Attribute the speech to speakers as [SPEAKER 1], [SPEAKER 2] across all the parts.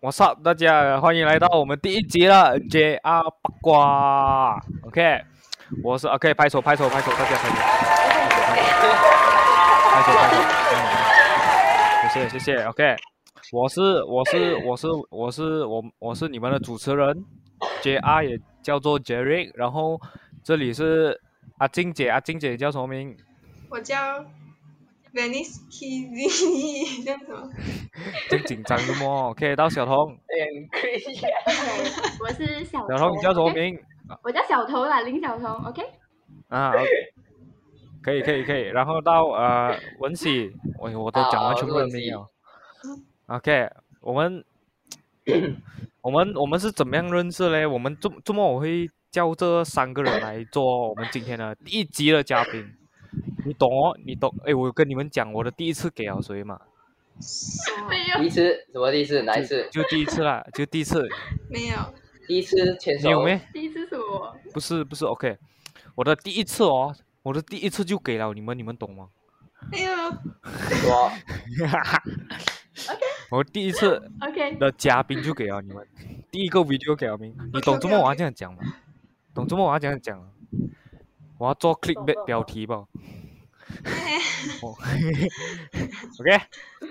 [SPEAKER 1] What's up，大家欢迎来到我们第一集的 JR 八卦。OK，我是 OK，拍手拍手拍手，大家拍手，拍手拍手，嗯谢谢谢谢 OK，我是我是我是我是我我是你们的主持人 JR，也叫做 Jerry，然后这里是阿静姐，阿静姐叫什么名？
[SPEAKER 2] 我叫 Venice Kizzy，叫什么？
[SPEAKER 1] 真紧张的么？OK，到小童，
[SPEAKER 3] 脸亏呀！
[SPEAKER 4] 对我是小
[SPEAKER 1] 小童你叫什么
[SPEAKER 4] OK？
[SPEAKER 1] 名？
[SPEAKER 4] 我叫小头啦，林小头，OK？
[SPEAKER 1] 啊，好可以可以可以，然后到呃文喜，我我都讲
[SPEAKER 3] 好
[SPEAKER 1] 完全部的
[SPEAKER 3] 文
[SPEAKER 1] 没
[SPEAKER 3] 喜
[SPEAKER 1] 有。OK，我们我们我们是怎么样认识嘞？我们这这么我会叫这三个人来做我们今天的第一集的嘉宾，你懂哦？你懂？哎，我跟你们讲，我的第一次给了谁嘛？
[SPEAKER 2] 什么？
[SPEAKER 4] 没有
[SPEAKER 3] 第一次什么第一次？哪一次？
[SPEAKER 1] 就第一次啦，就第一次，
[SPEAKER 2] 没有，
[SPEAKER 3] 第一次牵
[SPEAKER 1] 嗯你
[SPEAKER 3] 手？
[SPEAKER 1] 有没？
[SPEAKER 4] 第一次是我，
[SPEAKER 1] 不是不是，OK，我的第一次哦，我的第一次就给了你们，你们懂吗？
[SPEAKER 2] 哎呦，
[SPEAKER 3] 什么？
[SPEAKER 1] 我第一次
[SPEAKER 4] OK？
[SPEAKER 1] 的嘉宾就给了你们，第一个 video 给了你们，你懂
[SPEAKER 2] OK，OK，OK
[SPEAKER 1] 周末我要这样讲吗？懂周末我要这样讲吗，我要做 clickbait
[SPEAKER 4] 懂
[SPEAKER 1] 标题吧。
[SPEAKER 2] 哎
[SPEAKER 1] 我 OK，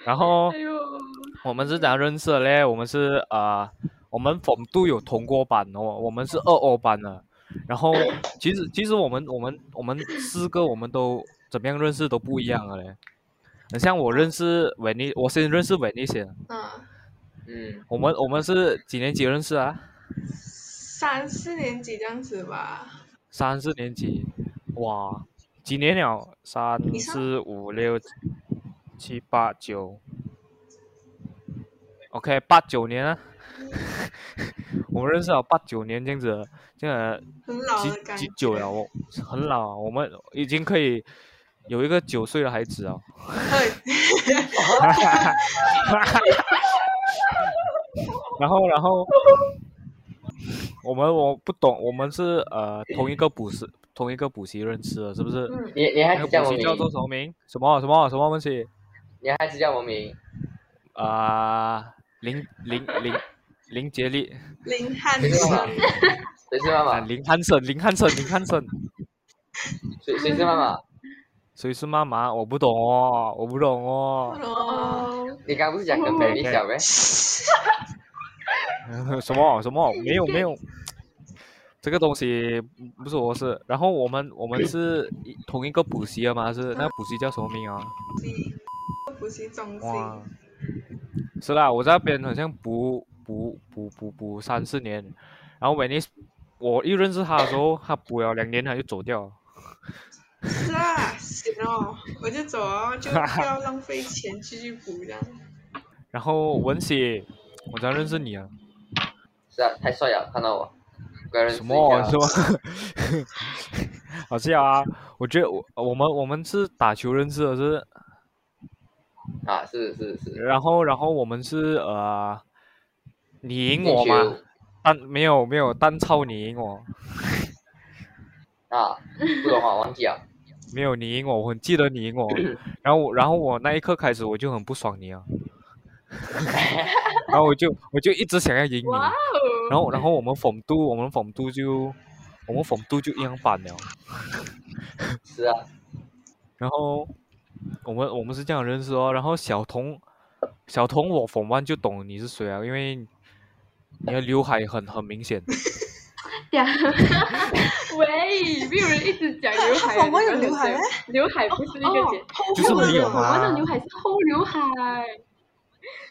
[SPEAKER 1] 然后
[SPEAKER 4] 哎呦，
[SPEAKER 1] 我们是怎样认识的嘞？我们是呃，我们冯都有同过班哦，我们是二二班的。然后其实其实我们我们我们四个我们都怎么样认识都不一样的嘞。很像我认识维尼，我先认识维尼先。
[SPEAKER 2] 嗯，
[SPEAKER 3] 嗯，
[SPEAKER 1] 我们我们是几年级认识啊？
[SPEAKER 2] 三四年级这样子吧。
[SPEAKER 1] 三四年级，哇，几年了？三
[SPEAKER 2] 你说
[SPEAKER 1] 四五六七八九，OK，八九年啊， 我们认识了八九年这样子，这样
[SPEAKER 2] 很老
[SPEAKER 1] 几
[SPEAKER 2] 的感
[SPEAKER 1] 几
[SPEAKER 2] 觉，
[SPEAKER 1] 久了？我很老啊，我们已经可以有一个九岁的孩子啊。
[SPEAKER 2] 对，
[SPEAKER 1] 然后，然后我们我不懂，我们是呃同一个补习同一个补习认识的，是不是？
[SPEAKER 2] 嗯，
[SPEAKER 3] 你你
[SPEAKER 1] 那
[SPEAKER 3] 还
[SPEAKER 1] 个
[SPEAKER 3] 只叫我
[SPEAKER 1] 补习
[SPEAKER 3] 名
[SPEAKER 1] 叫？做什么名？什么什么什么东西？
[SPEAKER 3] 你还只叫我名？
[SPEAKER 1] 啊，林林林林杰利
[SPEAKER 2] 林汉
[SPEAKER 3] 谁是妈妈
[SPEAKER 2] 生，？
[SPEAKER 3] 谁是妈
[SPEAKER 1] 啊，
[SPEAKER 3] 妈？
[SPEAKER 1] 林汉森，林汉森，林汉森，
[SPEAKER 3] 谁谁是妈妈？
[SPEAKER 1] 谁是妈妈？我不懂哦，我不懂哦，
[SPEAKER 2] 哦，
[SPEAKER 4] 哦，
[SPEAKER 3] 你刚不是讲
[SPEAKER 1] 嗯
[SPEAKER 3] 跟 baby 小
[SPEAKER 1] 哎
[SPEAKER 3] 呗？
[SPEAKER 1] 什么什么？没有没 有，这个东西不是我是。然后我们我们是一同一个补习的嘛，是那个补习叫什么名啊？
[SPEAKER 2] 补习
[SPEAKER 3] 嗯
[SPEAKER 2] 中心，
[SPEAKER 1] 哇，是啦，我在那边好像补补补补补三四年，然后维尼，我一认识他的时候，他补了两年他就走掉了。
[SPEAKER 2] 是啊，行哦，我就走哦，就不要浪费钱继续补这样。
[SPEAKER 1] 然后文喜，我才认识你啊，
[SPEAKER 3] 是啊，太帅了，看到我，不要认识啊
[SPEAKER 1] 什么啊
[SPEAKER 3] 一下
[SPEAKER 1] 什么？ 好笑啊！我觉得我我们我们是打球认识的是，
[SPEAKER 3] 啊？是是是，
[SPEAKER 1] 然后然后我们是呃，你赢我
[SPEAKER 3] 练
[SPEAKER 1] 嘛
[SPEAKER 3] 球？
[SPEAKER 1] 单没有没有单超你赢我，
[SPEAKER 3] 啊，不懂啊，忘记了。
[SPEAKER 1] 没有你赢我，我很记得你赢我，然后我然后我那一刻开始我就很不爽你啊，然后我就我就一直想要赢你，
[SPEAKER 4] 哇哦，
[SPEAKER 1] 然后然后我们冯都我们冯都就我们冯都就一样板了。
[SPEAKER 3] 是啊，
[SPEAKER 1] 然后我们我们是这样认识哦。然后小童，小童我冯完就懂你是谁啊，因为你的刘海很很明显。
[SPEAKER 4] 讲，喂，没有人一直讲刘海，
[SPEAKER 2] 他他有刘海
[SPEAKER 4] 你
[SPEAKER 2] 吗
[SPEAKER 4] 们很对刘海不是那个点，
[SPEAKER 2] 哦
[SPEAKER 1] 就是没有啊
[SPEAKER 4] 我
[SPEAKER 1] 嘛
[SPEAKER 4] 们的刘海是后刘海，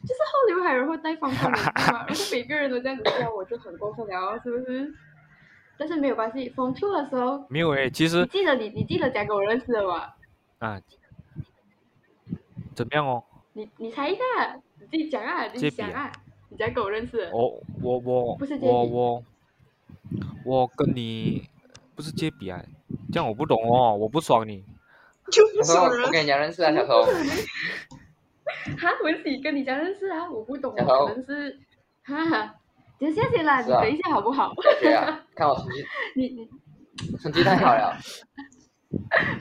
[SPEAKER 4] 就是后刘海，然后戴方框眼镜嘛，然后每个人都这样子叫，我就很过分了，是不是？但是没有关系，封处的时候，
[SPEAKER 1] 没有诶，其
[SPEAKER 4] 你
[SPEAKER 1] 实
[SPEAKER 4] 记得你你记得讲给我认识的吧？
[SPEAKER 1] 啊，怎么样哦？
[SPEAKER 4] 你你猜一下，你自己讲啊，你自己想啊，你讲给我认识的。
[SPEAKER 1] 我我我
[SPEAKER 4] 不是借
[SPEAKER 1] 我
[SPEAKER 4] 笔
[SPEAKER 1] 我我跟你不是借笔啊，这样我不懂哦，我不爽你。
[SPEAKER 2] 就不
[SPEAKER 3] 我说
[SPEAKER 2] 熟
[SPEAKER 3] 我
[SPEAKER 2] 人
[SPEAKER 3] 我，跟人家认识啊，小头，
[SPEAKER 4] 哈，文喜跟你讲认识啊，我不懂，
[SPEAKER 3] 然后
[SPEAKER 4] 我可能是哈，等一下先啦，你
[SPEAKER 3] 是啊
[SPEAKER 4] 等一下好不好？
[SPEAKER 3] 对啊，看我成绩
[SPEAKER 4] 你你
[SPEAKER 3] 成绩太好了，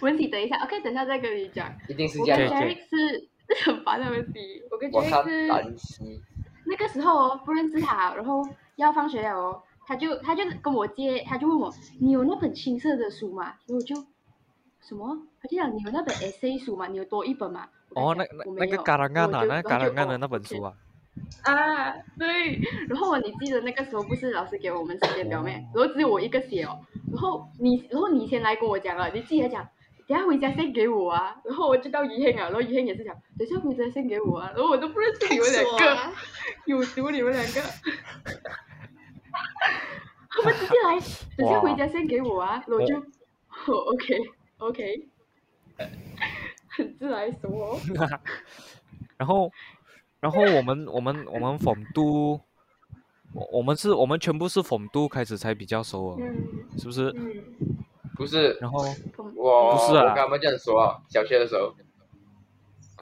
[SPEAKER 4] 文喜等一下，OK，等一下再跟你讲。
[SPEAKER 3] 一定是
[SPEAKER 4] 我
[SPEAKER 3] 这
[SPEAKER 4] 跟
[SPEAKER 3] 样
[SPEAKER 1] 对
[SPEAKER 3] 的。
[SPEAKER 1] 对
[SPEAKER 4] Jerry 是啊很烦的问题，我跟
[SPEAKER 3] 我看
[SPEAKER 4] Jerry 是
[SPEAKER 3] 兰溪，
[SPEAKER 4] 那那个时候哦，不认识他，然后要放学了哦，他就他就跟我借，他就问我你有那本青色的书吗？然后我就什么？他就讲你有那本 essay 书吗？你有多一本吗？
[SPEAKER 1] 哦，
[SPEAKER 4] 我
[SPEAKER 1] 那
[SPEAKER 4] 跟他讲我
[SPEAKER 1] 那
[SPEAKER 4] 没
[SPEAKER 1] 个
[SPEAKER 4] 有
[SPEAKER 1] 嘎啷干
[SPEAKER 4] 然
[SPEAKER 1] 的，
[SPEAKER 4] 后我就
[SPEAKER 1] 那
[SPEAKER 4] 然
[SPEAKER 1] 嘎
[SPEAKER 4] 后
[SPEAKER 1] 啷
[SPEAKER 4] 就
[SPEAKER 1] 干的
[SPEAKER 4] 哦
[SPEAKER 1] 那本
[SPEAKER 4] ，OK
[SPEAKER 1] 书啊，
[SPEAKER 4] 啊，对。然后你记得那个时候不是老师给我们时间表咩？然后只有我一个写哦。然后你，然后你先来跟我讲了，啊你记得讲，等下回家先给我啊。然后我就到怡兴啊了，然后怡兴也是讲，等下回家先给我啊。然后我都不认识你们两
[SPEAKER 2] 我
[SPEAKER 4] 个，
[SPEAKER 2] 啊，
[SPEAKER 4] 有毒你们两个。 他们直接来，等下回家先给我啊。然后我就，哦，OK OK，很自来熟哦。
[SPEAKER 1] 然后，然后我们我们我们逢都，我我们是我们全部是逢都开始才比较熟啊，
[SPEAKER 4] 嗯
[SPEAKER 1] 是不是？
[SPEAKER 4] 嗯，
[SPEAKER 3] 不是
[SPEAKER 1] 然后
[SPEAKER 3] 我，
[SPEAKER 1] 不是啊
[SPEAKER 3] 我跟他们这样熟啊，小学的时候，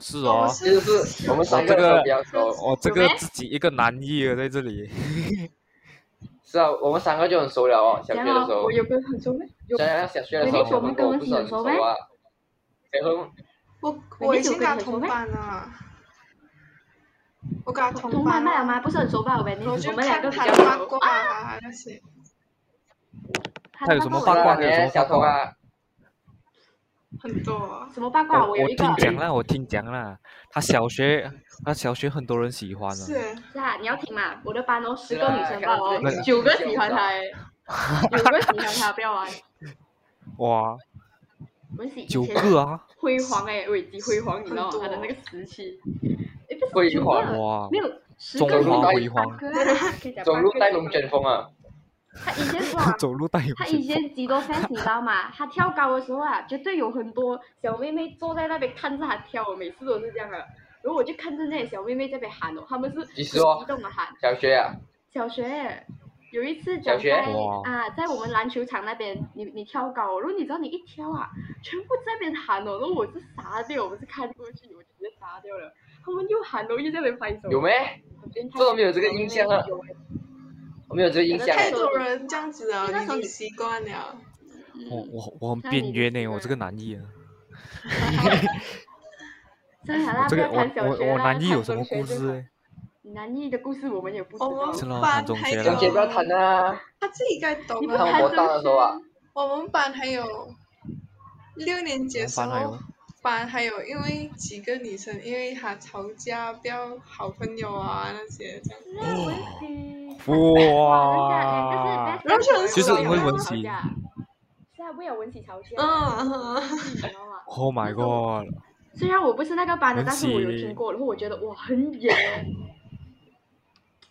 [SPEAKER 1] 是
[SPEAKER 2] 我
[SPEAKER 1] 哦，
[SPEAKER 2] 是
[SPEAKER 3] 其实是我们三个
[SPEAKER 1] 这
[SPEAKER 3] 的时
[SPEAKER 1] 个
[SPEAKER 3] 候比较熟，
[SPEAKER 1] 我这
[SPEAKER 4] 有
[SPEAKER 1] 个
[SPEAKER 4] 咩
[SPEAKER 1] 自己一个男一啊在这里，
[SPEAKER 3] 是啊，我们三个就很熟了哦，小学
[SPEAKER 4] 然
[SPEAKER 3] 的时
[SPEAKER 4] 后
[SPEAKER 3] 候
[SPEAKER 4] 我，有个很熟咩？有
[SPEAKER 3] 想想小学的时候，
[SPEAKER 4] 你跟我们
[SPEAKER 3] 跟我不是很熟
[SPEAKER 4] 跟我
[SPEAKER 3] 啊，结婚
[SPEAKER 2] 我
[SPEAKER 4] 你
[SPEAKER 2] 我以
[SPEAKER 4] 是有
[SPEAKER 2] 前跟他
[SPEAKER 4] 跟你同
[SPEAKER 2] 同
[SPEAKER 4] 班
[SPEAKER 2] 班啊，我跟他
[SPEAKER 4] 同
[SPEAKER 2] 班
[SPEAKER 4] 班
[SPEAKER 2] 啊
[SPEAKER 4] 麦吗？不是很熟吧？我们
[SPEAKER 2] 我就
[SPEAKER 4] 我们两
[SPEAKER 2] 看
[SPEAKER 4] 个比
[SPEAKER 2] 他
[SPEAKER 4] 较
[SPEAKER 2] 的八
[SPEAKER 4] 熟
[SPEAKER 2] 卦。啊那些。
[SPEAKER 4] 他
[SPEAKER 1] 他有
[SPEAKER 4] 八
[SPEAKER 1] 什么
[SPEAKER 4] 卦
[SPEAKER 1] 八卦
[SPEAKER 3] 是
[SPEAKER 4] 我
[SPEAKER 3] 啊，
[SPEAKER 1] 的
[SPEAKER 3] 你
[SPEAKER 1] 时候
[SPEAKER 3] 还小偷啊，
[SPEAKER 2] 很多
[SPEAKER 4] 什么八卦？
[SPEAKER 1] 我
[SPEAKER 4] 有
[SPEAKER 1] 我
[SPEAKER 4] 一
[SPEAKER 1] 听
[SPEAKER 4] 个。
[SPEAKER 1] 讲啦，我听讲啦，他小学他小学很多人喜欢啊，
[SPEAKER 2] 是
[SPEAKER 4] 是啊，你要听嘛？我的班哦，十
[SPEAKER 3] 是
[SPEAKER 4] 个
[SPEAKER 3] 啊
[SPEAKER 4] 女生吧哦
[SPEAKER 3] 看到这个，
[SPEAKER 4] 九个喜欢他欸，九个喜欢他，不要玩。
[SPEAKER 1] 哇，
[SPEAKER 4] 我们是以
[SPEAKER 1] 九
[SPEAKER 4] 前
[SPEAKER 1] 个啊，
[SPEAKER 4] 辉煌哎，危机辉煌，你知道吗？
[SPEAKER 2] 很多
[SPEAKER 4] 他的那个时期，哎，不是
[SPEAKER 3] 辉
[SPEAKER 4] 九
[SPEAKER 3] 煌
[SPEAKER 4] 个，
[SPEAKER 1] 哇
[SPEAKER 4] 没，有十
[SPEAKER 1] 中
[SPEAKER 4] 个女
[SPEAKER 1] 华
[SPEAKER 4] 生
[SPEAKER 1] 辉煌
[SPEAKER 4] 八，个啊，可以讲
[SPEAKER 3] 走路
[SPEAKER 4] 八个
[SPEAKER 3] 带龙卷风啊，
[SPEAKER 4] 他以前哇，
[SPEAKER 1] 走路带有
[SPEAKER 4] 啊他
[SPEAKER 1] 旋
[SPEAKER 4] 以前几多 fans 你知道吗？他跳高的时候啊，绝对有很多小妹妹坐在那边看着他跳，我每次都是这样的。然后我就看着那些小妹妹在那边喊哦，他们是很
[SPEAKER 3] 其实哦
[SPEAKER 4] 激动的喊。
[SPEAKER 3] 小学啊，
[SPEAKER 4] 小学有一次
[SPEAKER 3] 小
[SPEAKER 4] 讲
[SPEAKER 3] 学
[SPEAKER 4] 在
[SPEAKER 1] 哇
[SPEAKER 4] 啊，在我们篮球场那边，你你跳高、哦，然后你知道你一跳啊，全部在那边喊哦，然后我是傻掉，我是看过去，我就直接傻掉了。他们又喊哦，又在那边拍手，
[SPEAKER 3] 有没？
[SPEAKER 4] 很变态
[SPEAKER 3] 这都没有这个印象啊
[SPEAKER 4] 有
[SPEAKER 3] 我没有这个印象
[SPEAKER 2] 太
[SPEAKER 3] 哎，
[SPEAKER 2] 多人这样子了，
[SPEAKER 4] 那时候
[SPEAKER 2] 你已经习惯了。
[SPEAKER 1] 我
[SPEAKER 4] 嗯
[SPEAKER 1] 我我很
[SPEAKER 4] 那
[SPEAKER 1] 边
[SPEAKER 4] 你
[SPEAKER 1] 缘
[SPEAKER 4] 就
[SPEAKER 1] 呢，
[SPEAKER 4] 是
[SPEAKER 1] 我这个男一啊，
[SPEAKER 4] 真的
[SPEAKER 1] 我
[SPEAKER 4] 啦，
[SPEAKER 1] 这个
[SPEAKER 4] 不要
[SPEAKER 1] 我
[SPEAKER 4] 谈小学
[SPEAKER 1] 我我
[SPEAKER 4] 啦
[SPEAKER 1] 男一有
[SPEAKER 4] 谈
[SPEAKER 1] 什么
[SPEAKER 4] 中学
[SPEAKER 1] 故
[SPEAKER 4] 就
[SPEAKER 1] 事
[SPEAKER 4] 好
[SPEAKER 1] 欸？
[SPEAKER 4] 南艺的故哦事我们也不知道。
[SPEAKER 2] 我
[SPEAKER 1] 知道
[SPEAKER 2] 们
[SPEAKER 1] 了
[SPEAKER 2] 班
[SPEAKER 1] 韩中
[SPEAKER 2] 还
[SPEAKER 1] 学
[SPEAKER 2] 有
[SPEAKER 1] 了
[SPEAKER 3] 小学不要谈啊，
[SPEAKER 2] 他自己该懂
[SPEAKER 4] 你不
[SPEAKER 2] 了。
[SPEAKER 3] 看
[SPEAKER 4] 谈
[SPEAKER 3] 我
[SPEAKER 4] 中
[SPEAKER 3] 大的时候啊
[SPEAKER 4] 学，
[SPEAKER 2] 我们班还有六年级的时
[SPEAKER 1] 班还有
[SPEAKER 2] 候，班还有因为几个女生因为她吵架，不要好朋友啊那些这样。
[SPEAKER 4] 那文琪，
[SPEAKER 1] 哇，Oh
[SPEAKER 4] 哇，人家两个是 best friend，
[SPEAKER 2] 其实因为
[SPEAKER 1] 文琪
[SPEAKER 4] 吵架是啊，为了文琪吵架，
[SPEAKER 2] 嗯，
[SPEAKER 4] 啊 你知道吗？
[SPEAKER 1] ，Oh my god，
[SPEAKER 4] 虽然我不是那个班的，
[SPEAKER 1] 文
[SPEAKER 4] 但是我有
[SPEAKER 1] 琪
[SPEAKER 4] 听过，然后我觉得哇，很野。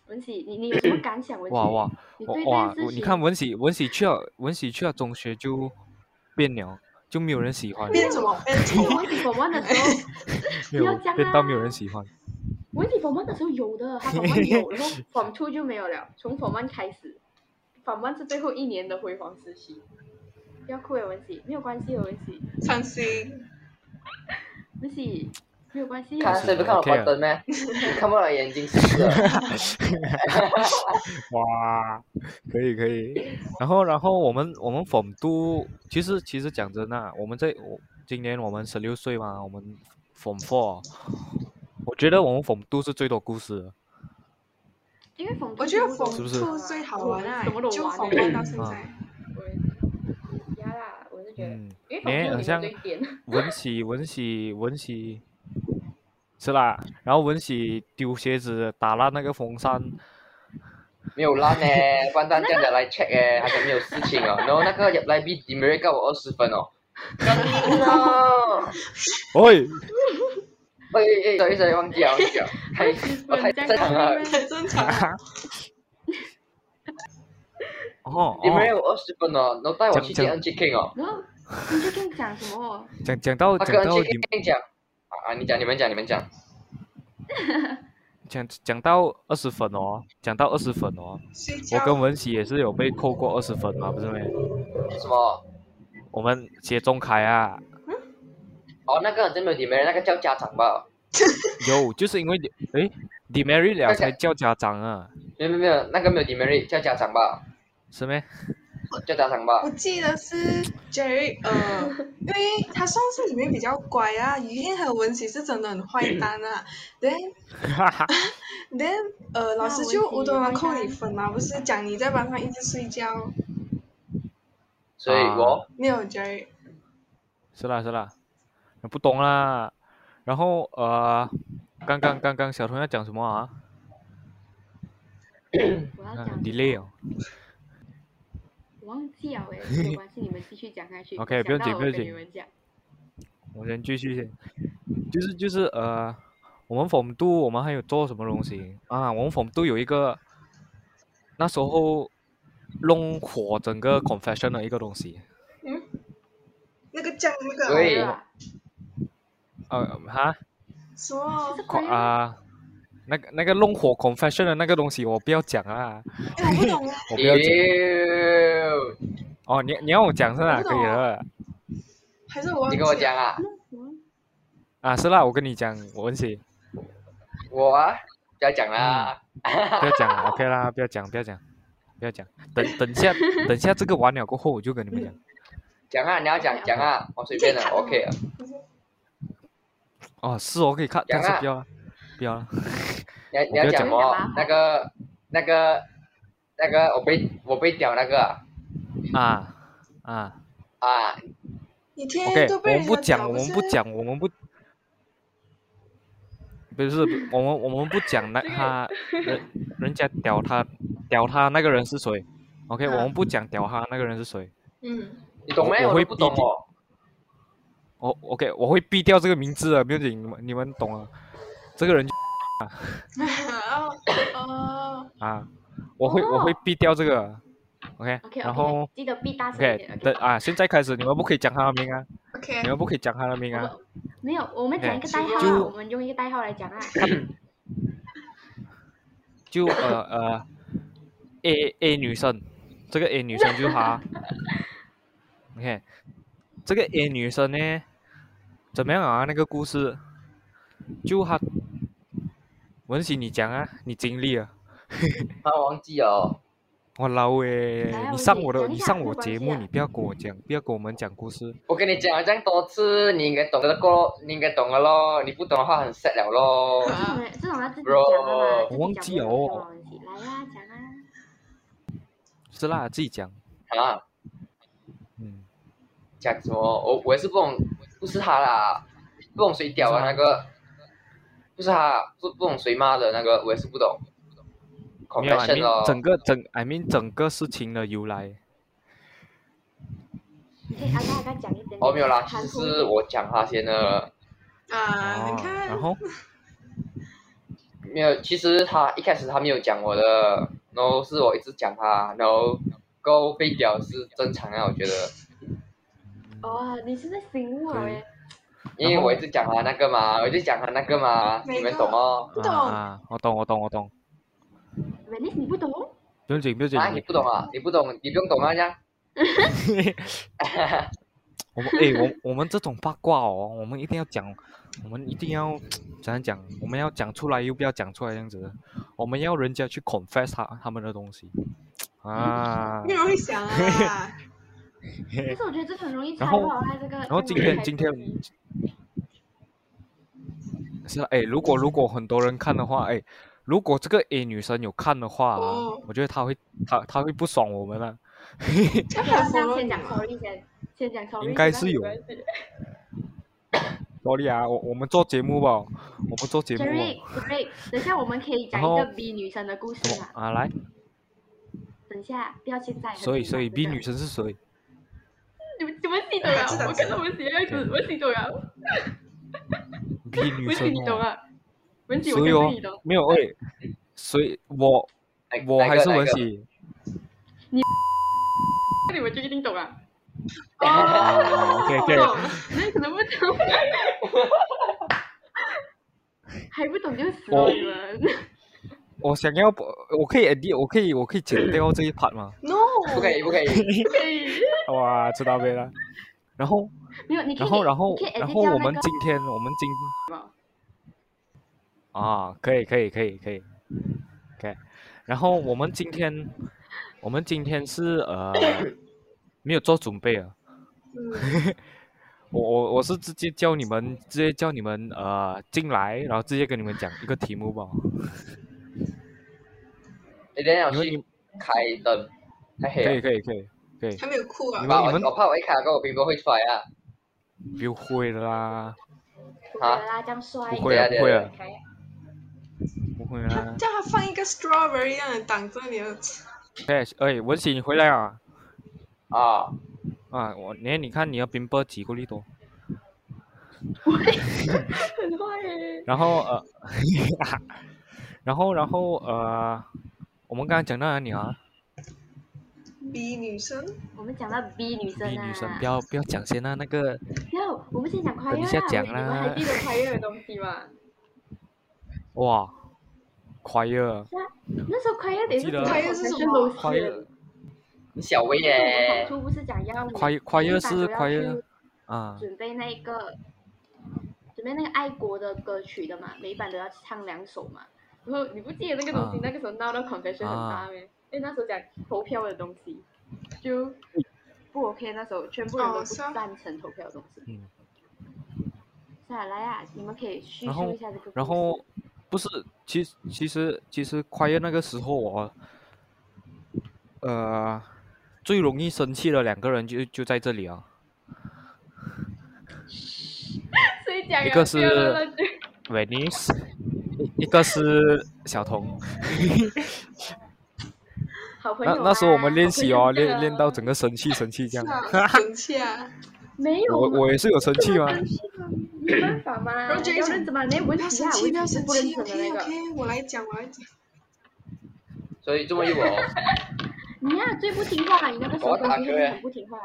[SPEAKER 4] 文琪，你你有什么感想？文琪，
[SPEAKER 1] 哇哇，
[SPEAKER 4] 你
[SPEAKER 1] 我
[SPEAKER 4] 对
[SPEAKER 1] 哇
[SPEAKER 4] 这，件
[SPEAKER 1] 我
[SPEAKER 4] 事
[SPEAKER 1] 你
[SPEAKER 4] 情
[SPEAKER 1] 看文喜文喜去了文喜去了中学就变了，就没有人喜欢了，
[SPEAKER 2] 变什么变
[SPEAKER 4] 因为
[SPEAKER 2] 错？
[SPEAKER 4] 文琪 form one 的时候，
[SPEAKER 1] 没有
[SPEAKER 4] 不要这样
[SPEAKER 1] 变到没有人
[SPEAKER 4] 啊
[SPEAKER 1] 喜欢。
[SPEAKER 4] 文琪 form one 的时候有的，他 form one 有，然后 form two 就没有了，从 form one 开始，form one 是最后一年的辉煌时期。不要哭了，文琪，没有关系的，哦文琪，
[SPEAKER 2] 伤心。
[SPEAKER 4] 文琪没有关系哦的。
[SPEAKER 3] 看谁不看我
[SPEAKER 1] OK 啊
[SPEAKER 3] 关灯 咩？你看不到眼睛是不是？
[SPEAKER 1] 哇，可以可以。然后然后我们我们逢都，其实其实讲真啊，我们这我今年我们十六岁嘛，我们逢 four，我觉得我们逢都是最多故事的。
[SPEAKER 4] 因为冯，
[SPEAKER 2] 我觉得
[SPEAKER 4] 冯
[SPEAKER 2] 冯
[SPEAKER 1] 是不是
[SPEAKER 2] 兔最好玩啊
[SPEAKER 4] 什么都，
[SPEAKER 2] 就
[SPEAKER 4] 玩
[SPEAKER 2] 冯
[SPEAKER 4] 欸
[SPEAKER 2] 到现在。
[SPEAKER 4] 呀啦，我是觉得，
[SPEAKER 1] 嗯，
[SPEAKER 4] 因为冯
[SPEAKER 1] 连
[SPEAKER 4] 兔
[SPEAKER 1] 很
[SPEAKER 4] 你
[SPEAKER 1] 像
[SPEAKER 4] 们最点。
[SPEAKER 1] 文喜文喜文喜，是啦。然后文喜丢鞋子打烂那个风扇，
[SPEAKER 3] 没有烂呢， 不然这样子来 check 哎，好像没有事情哦。然后那个入来 B 你没告我二十分哦。no！
[SPEAKER 1] 喂，
[SPEAKER 3] 哎哎哎，sorry sorry，忘记了忘记了，太我太正常了。
[SPEAKER 1] 嗯
[SPEAKER 2] 很正常，
[SPEAKER 1] 哦
[SPEAKER 3] 你没
[SPEAKER 1] 哦，
[SPEAKER 3] 有二十分哦，然后带我去
[SPEAKER 1] 讲讲
[SPEAKER 3] 见 NG King 哦。
[SPEAKER 4] 然后你就跟讲什么？哦
[SPEAKER 1] 讲讲到
[SPEAKER 3] 他
[SPEAKER 1] 哦讲
[SPEAKER 3] 跟
[SPEAKER 1] 到
[SPEAKER 3] NG
[SPEAKER 1] 你
[SPEAKER 3] King 讲啊啊，你讲你们讲你们讲，
[SPEAKER 1] 讲讲到二十分哦，讲到二十分哦，
[SPEAKER 2] 睡
[SPEAKER 1] 我
[SPEAKER 2] 觉。
[SPEAKER 1] 跟文喜也是有被扣过二十分嘛，不是咩？
[SPEAKER 3] 什么？
[SPEAKER 1] 我们写中凯啊，
[SPEAKER 3] 哦，那个真没有你们那个叫家长吧？
[SPEAKER 1] 有就是因为你诶，你 marry 了才叫家长啊，
[SPEAKER 3] 没有没有没有，那个没有你们叫家长吧？
[SPEAKER 1] 是咩？
[SPEAKER 3] 就打赏吧
[SPEAKER 2] 我。记得是 Jerry，呃，因为他算是里面比较乖啊，于燕和文琪是真的很坏蛋啊。then
[SPEAKER 1] 哈哈，
[SPEAKER 2] then 呃，老师
[SPEAKER 4] 那
[SPEAKER 2] 就
[SPEAKER 4] 文琪
[SPEAKER 2] 无端端
[SPEAKER 4] 坏
[SPEAKER 2] 扣
[SPEAKER 4] 蛋
[SPEAKER 2] 你分啊嘛，不是讲你在班上一直睡觉，
[SPEAKER 3] 所以
[SPEAKER 1] 啊
[SPEAKER 3] 我
[SPEAKER 2] 没有 Jerry，
[SPEAKER 1] 是啦是啦，不懂啦。然后呃，刚刚刚刚小童要讲什么啊？
[SPEAKER 4] 我要
[SPEAKER 1] 嗯、
[SPEAKER 4] 讲
[SPEAKER 1] delay 哦。
[SPEAKER 4] 我忘记了哎，没有关系，你们继续讲下 去。
[SPEAKER 1] OK，不用
[SPEAKER 4] 想
[SPEAKER 1] 紧
[SPEAKER 4] 到
[SPEAKER 1] 不用
[SPEAKER 4] 我跟
[SPEAKER 1] 紧
[SPEAKER 4] 你们讲，
[SPEAKER 1] 我先继续先，就是就是呃，我们冯都我们还有做什么东西啊？我们冯都有一个那时候弄火整个 confession 的一个东西，
[SPEAKER 2] 那个酱那个
[SPEAKER 3] 对
[SPEAKER 4] 对吧？
[SPEAKER 1] 呃哈
[SPEAKER 2] 什 么
[SPEAKER 4] 是？
[SPEAKER 1] 啊、
[SPEAKER 4] 关于
[SPEAKER 1] 那个那个弄火 confession 的那个东西我不要讲啊，
[SPEAKER 2] 哎，我不懂啊，
[SPEAKER 1] 我不要讲
[SPEAKER 3] 丢，
[SPEAKER 1] 哦，你你要我讲是吧？
[SPEAKER 2] 我不
[SPEAKER 1] 可以
[SPEAKER 2] 懂
[SPEAKER 1] 了
[SPEAKER 2] 还是我忘
[SPEAKER 3] 你
[SPEAKER 2] 记
[SPEAKER 3] 跟我讲啊，
[SPEAKER 1] 啊，是啦，我跟你讲，我问起
[SPEAKER 3] 我啊，不要讲
[SPEAKER 1] 嗯
[SPEAKER 3] 啦，
[SPEAKER 1] 不要讲 了，OK 啦，不要讲不要讲不要讲，等等下等下这个完了过后我就跟你们讲。
[SPEAKER 3] 讲啊，你要讲讲啊，我随便的
[SPEAKER 2] 你可以看
[SPEAKER 3] ，OK 啊，
[SPEAKER 1] 哦，是我可以看，但是
[SPEAKER 3] 讲啊
[SPEAKER 1] 不要了，不要了。
[SPEAKER 3] 你要
[SPEAKER 1] 我
[SPEAKER 3] 你
[SPEAKER 1] 不
[SPEAKER 3] 要
[SPEAKER 1] 要
[SPEAKER 3] 讲
[SPEAKER 1] 讲
[SPEAKER 3] 哦，那个那个那个我被我被屌那个啊
[SPEAKER 1] 啊啊
[SPEAKER 3] 啊，
[SPEAKER 2] 你天
[SPEAKER 1] ，OK，
[SPEAKER 2] 天哎都
[SPEAKER 1] 我
[SPEAKER 2] 被
[SPEAKER 1] 们
[SPEAKER 2] 人
[SPEAKER 1] 不
[SPEAKER 2] 家
[SPEAKER 1] 讲，我们
[SPEAKER 2] 是
[SPEAKER 1] 不讲，我们不，不是我们我们不讲那他人人家屌他屌他那个人是 谁？OK，我
[SPEAKER 2] 嗯
[SPEAKER 1] 们不讲屌他那个人是谁？
[SPEAKER 2] 嗯，
[SPEAKER 3] 你懂没？
[SPEAKER 1] 我我
[SPEAKER 3] 我
[SPEAKER 1] 会
[SPEAKER 3] 都不懂
[SPEAKER 1] 逼你
[SPEAKER 3] 哦，
[SPEAKER 1] 我 OK，我会避掉这个名字的，不用紧，你们你们懂了。这个人就
[SPEAKER 2] 哦哦，
[SPEAKER 1] 啊，我会我会
[SPEAKER 4] 哦
[SPEAKER 1] 避
[SPEAKER 4] 避
[SPEAKER 1] 掉这个，OK，
[SPEAKER 4] OK，
[SPEAKER 1] 然后
[SPEAKER 4] 记得 B 大声一
[SPEAKER 1] OK
[SPEAKER 4] 点。
[SPEAKER 1] 等啊，现在开始你们不可以讲他的名啊，
[SPEAKER 2] OK，
[SPEAKER 1] 你们不可以讲他的名啊。
[SPEAKER 4] 我没有，我们讲一个代号
[SPEAKER 1] 就
[SPEAKER 4] 啊，我们用一个代号来讲啊。
[SPEAKER 1] 就呃呃，A A 女生，这个 A 女生就是她。OK，这个 A 女生呢，怎么样啊？那个故事，就她，文熙你讲啊，你经历啊，
[SPEAKER 3] 他忘记哦，
[SPEAKER 1] 我老诶
[SPEAKER 4] 来啊，
[SPEAKER 1] 你
[SPEAKER 4] 文
[SPEAKER 1] 上
[SPEAKER 4] 琪
[SPEAKER 1] 我的，
[SPEAKER 4] 讲一
[SPEAKER 1] 你
[SPEAKER 4] 下
[SPEAKER 1] 上
[SPEAKER 4] 没
[SPEAKER 1] 我
[SPEAKER 4] 关
[SPEAKER 1] 节
[SPEAKER 4] 系
[SPEAKER 1] 目，
[SPEAKER 4] 啊
[SPEAKER 1] 你不要跟我讲，不要跟我们讲故事。
[SPEAKER 3] 我跟你讲了这样多次，你应该懂得过，你应该懂了咯，你不懂的话很 sad 了 咯。
[SPEAKER 4] 这种
[SPEAKER 2] 啊
[SPEAKER 4] 人这种要自己讲
[SPEAKER 3] Bro，
[SPEAKER 4] 的嘛，
[SPEAKER 1] 我忘记了哦
[SPEAKER 4] 自己讲不能说的东西。来呀，讲啊。
[SPEAKER 1] 是啦，自己讲，
[SPEAKER 3] 啊，
[SPEAKER 1] 嗯，
[SPEAKER 3] 讲什么？我哦我也是不懂，不是他啦，不懂谁屌啊那个，不是他，不不懂谁骂的那个，我也是不懂。
[SPEAKER 1] 没有
[SPEAKER 3] confession
[SPEAKER 1] ，I mean
[SPEAKER 3] 咯，
[SPEAKER 1] 整个整，I mean 整个事情的由来。
[SPEAKER 4] 你可以啊，大概讲一点点。
[SPEAKER 3] 哦没有啦，其
[SPEAKER 4] 含
[SPEAKER 3] 实
[SPEAKER 4] 糊一
[SPEAKER 3] 是我
[SPEAKER 4] 点
[SPEAKER 3] 讲他先的，
[SPEAKER 2] 啊，
[SPEAKER 1] 哦
[SPEAKER 2] 你看，
[SPEAKER 1] 然后
[SPEAKER 3] 没有，其实他一开始他没有讲我的，然后是我一直讲他，然后够被屌是正常啊，我觉得，
[SPEAKER 4] 哦，你是在醒悟了
[SPEAKER 1] 对
[SPEAKER 4] 哎。
[SPEAKER 3] 因为
[SPEAKER 1] 然后
[SPEAKER 3] 我一直讲他那个嘛，我一直讲他那个嘛，
[SPEAKER 2] 每
[SPEAKER 3] 你们
[SPEAKER 2] 个
[SPEAKER 3] 懂哦？
[SPEAKER 2] 不
[SPEAKER 1] 啊
[SPEAKER 2] 懂
[SPEAKER 1] 啊，我懂，我懂，我懂。
[SPEAKER 4] v e n i c 你不懂？
[SPEAKER 1] 不用紧，不用紧。
[SPEAKER 3] 啊，你不懂啊，你不懂，你不用懂啊，这样。
[SPEAKER 1] 我们诶，我我们这种八卦哦，我们一定要讲，我们一定要怎样讲？我们要讲出来又不要讲出来这样子，我们要人家去 confess 他他们的东西啊。
[SPEAKER 2] 你容易想 啊，
[SPEAKER 4] 但是我觉得这很容易猜
[SPEAKER 1] 然后
[SPEAKER 4] 到他这个。然
[SPEAKER 1] 后今天今天是啊，诶，如果如果很多人看的话，诶，如果这个 A 女生有看的话啊、
[SPEAKER 2] 哦
[SPEAKER 1] 我觉得她会她她会不爽我们啊了。
[SPEAKER 2] 这
[SPEAKER 4] 要
[SPEAKER 2] 很
[SPEAKER 4] 不要先讲
[SPEAKER 2] 好
[SPEAKER 4] sorry 先，先讲 sorry。
[SPEAKER 1] 应该是有啊 sorry 啊，我我们做节目吧，我们做节目哦
[SPEAKER 4] Jerry，Jerry，等下我们可以讲
[SPEAKER 1] 然
[SPEAKER 4] 一
[SPEAKER 1] 后
[SPEAKER 4] 个 B 女生的故事
[SPEAKER 1] 什么
[SPEAKER 4] 嘛？
[SPEAKER 1] 啊？来，
[SPEAKER 4] 等下，不要现在。
[SPEAKER 1] 所以所以 B 女
[SPEAKER 4] 生。
[SPEAKER 1] 生是谁？
[SPEAKER 4] 你们你们记得 了
[SPEAKER 2] 知道，
[SPEAKER 4] 我看到我们写样子，我记得了，
[SPEAKER 1] B 女
[SPEAKER 4] 文琪
[SPEAKER 1] 生
[SPEAKER 4] 你懂
[SPEAKER 1] 哦，
[SPEAKER 4] 啊？文琪，我
[SPEAKER 1] 所以哦
[SPEAKER 4] 相信你懂。
[SPEAKER 1] 没有诶，所以我
[SPEAKER 3] 哪
[SPEAKER 1] 我还是文，
[SPEAKER 3] 哪一个哪一
[SPEAKER 1] 琪，
[SPEAKER 4] 那你们就一定懂啊。
[SPEAKER 1] 啊
[SPEAKER 2] 哦
[SPEAKER 1] OK，OK
[SPEAKER 4] 那可能不懂。还不懂就死
[SPEAKER 1] 我
[SPEAKER 4] 了你们。
[SPEAKER 1] 我想要不，我可以 edit，我可以我可以剪掉这一 part 吗？
[SPEAKER 2] ，no，
[SPEAKER 3] 个不可以不可以，
[SPEAKER 4] 不可以。
[SPEAKER 1] 哇，知道没了。然后，
[SPEAKER 4] 没有，你可以。
[SPEAKER 1] 然后，然后
[SPEAKER 4] 你可以，edit
[SPEAKER 1] 然后
[SPEAKER 4] 掉
[SPEAKER 1] 我
[SPEAKER 4] 那
[SPEAKER 1] 们
[SPEAKER 4] 个
[SPEAKER 1] 今天，我们今啊，可以，可以，可以，可以，OK。然后我们今天，我们今天是呃没有做准备啊。
[SPEAKER 2] 嗯，
[SPEAKER 1] 我我我是直接叫你们，直接叫你们呃进来，然后直接跟你们讲一个题目吧。
[SPEAKER 3] 你等一下我
[SPEAKER 1] 因为你
[SPEAKER 3] 去开灯，太黑
[SPEAKER 1] 啊可以啊
[SPEAKER 3] 了。
[SPEAKER 1] 可以可以可以，
[SPEAKER 2] 还没有哭啊
[SPEAKER 1] 你，们
[SPEAKER 3] 哇我我怕我一开灯，我苹果会出来啊！
[SPEAKER 1] 不会啦，
[SPEAKER 4] 不会啦，这样帅。
[SPEAKER 1] 不会啊
[SPEAKER 3] 对啊
[SPEAKER 1] 不会
[SPEAKER 3] 对
[SPEAKER 1] 啊
[SPEAKER 4] 开啊
[SPEAKER 1] 不会啊。
[SPEAKER 2] 叫他放一个 strawberry 让你挡着你的，
[SPEAKER 1] 哎哎，文喜你回来啊
[SPEAKER 3] 啊，
[SPEAKER 1] 啊！我你你看你的冰波几个力多，
[SPEAKER 4] 很坏耶。
[SPEAKER 1] 然后呃， 然后然后呃，我们刚才讲到哪里啊？
[SPEAKER 2] 逼女生，
[SPEAKER 4] 我们讲到 B 女生
[SPEAKER 1] B
[SPEAKER 4] 啊，
[SPEAKER 1] 女生不要不要讲先啊，那个
[SPEAKER 4] No，我们先讲快乐啊
[SPEAKER 1] 等一下讲啦
[SPEAKER 4] 你们还记得快乐的东西吗？
[SPEAKER 1] 哇，快乐
[SPEAKER 4] 那时候快乐得是
[SPEAKER 1] 记得
[SPEAKER 2] 快乐是什么
[SPEAKER 4] 老师
[SPEAKER 1] 快乐
[SPEAKER 3] 小薇
[SPEAKER 4] 我们
[SPEAKER 3] 耶
[SPEAKER 4] 统，初不是讲要你
[SPEAKER 1] 快快乐是
[SPEAKER 4] 每个班
[SPEAKER 1] 快
[SPEAKER 4] 都要
[SPEAKER 1] 乐
[SPEAKER 4] 去
[SPEAKER 1] 啊，
[SPEAKER 4] 准备那个准备那个爱国的歌曲的嘛，每一版都要唱两首嘛。然后你不记得那个东西，
[SPEAKER 1] 啊
[SPEAKER 4] 那个时候闹到 confession 很大咩？因为那时候讲投票的东西就不 OK，那时候全部人都
[SPEAKER 2] 哦
[SPEAKER 4] 不
[SPEAKER 2] 是啊
[SPEAKER 4] 赞成投票的东西。
[SPEAKER 1] 嗯。
[SPEAKER 4] 是啊，来啊，你们可以叙
[SPEAKER 1] 然后
[SPEAKER 4] 述一下这个故事。
[SPEAKER 1] 然后不是，其实其实其实快乐那个时候我，呃，最容易生气的两个人就就在这里啊，
[SPEAKER 4] 谁讲啊
[SPEAKER 1] 一个是
[SPEAKER 4] 不要乱乱
[SPEAKER 1] Venice，一一个是小童。
[SPEAKER 4] 好朋
[SPEAKER 1] 那
[SPEAKER 4] 友、啊
[SPEAKER 1] 那时候我们练习哦，练练到整
[SPEAKER 4] 个
[SPEAKER 1] 个生气生气这
[SPEAKER 2] 是
[SPEAKER 1] 样。
[SPEAKER 2] 啊，生气啊，
[SPEAKER 4] 没有
[SPEAKER 1] 我我也是有生气 吗？
[SPEAKER 4] 真是的没办法嘛，
[SPEAKER 2] 然后就一
[SPEAKER 4] 要
[SPEAKER 2] 直
[SPEAKER 4] 认真嘛，连
[SPEAKER 2] 不
[SPEAKER 4] 文
[SPEAKER 2] 要
[SPEAKER 4] 琪
[SPEAKER 2] 生
[SPEAKER 4] 啊，
[SPEAKER 2] 气，
[SPEAKER 4] 文
[SPEAKER 2] 不要
[SPEAKER 4] 琪是
[SPEAKER 2] 生
[SPEAKER 4] 不认
[SPEAKER 2] 气
[SPEAKER 4] 真的那
[SPEAKER 2] ，OK
[SPEAKER 4] 个，
[SPEAKER 2] OK，我来讲，我来讲，
[SPEAKER 3] 所以这么一我，
[SPEAKER 4] 你呀最不听话，你那个时候根本就是很不听话。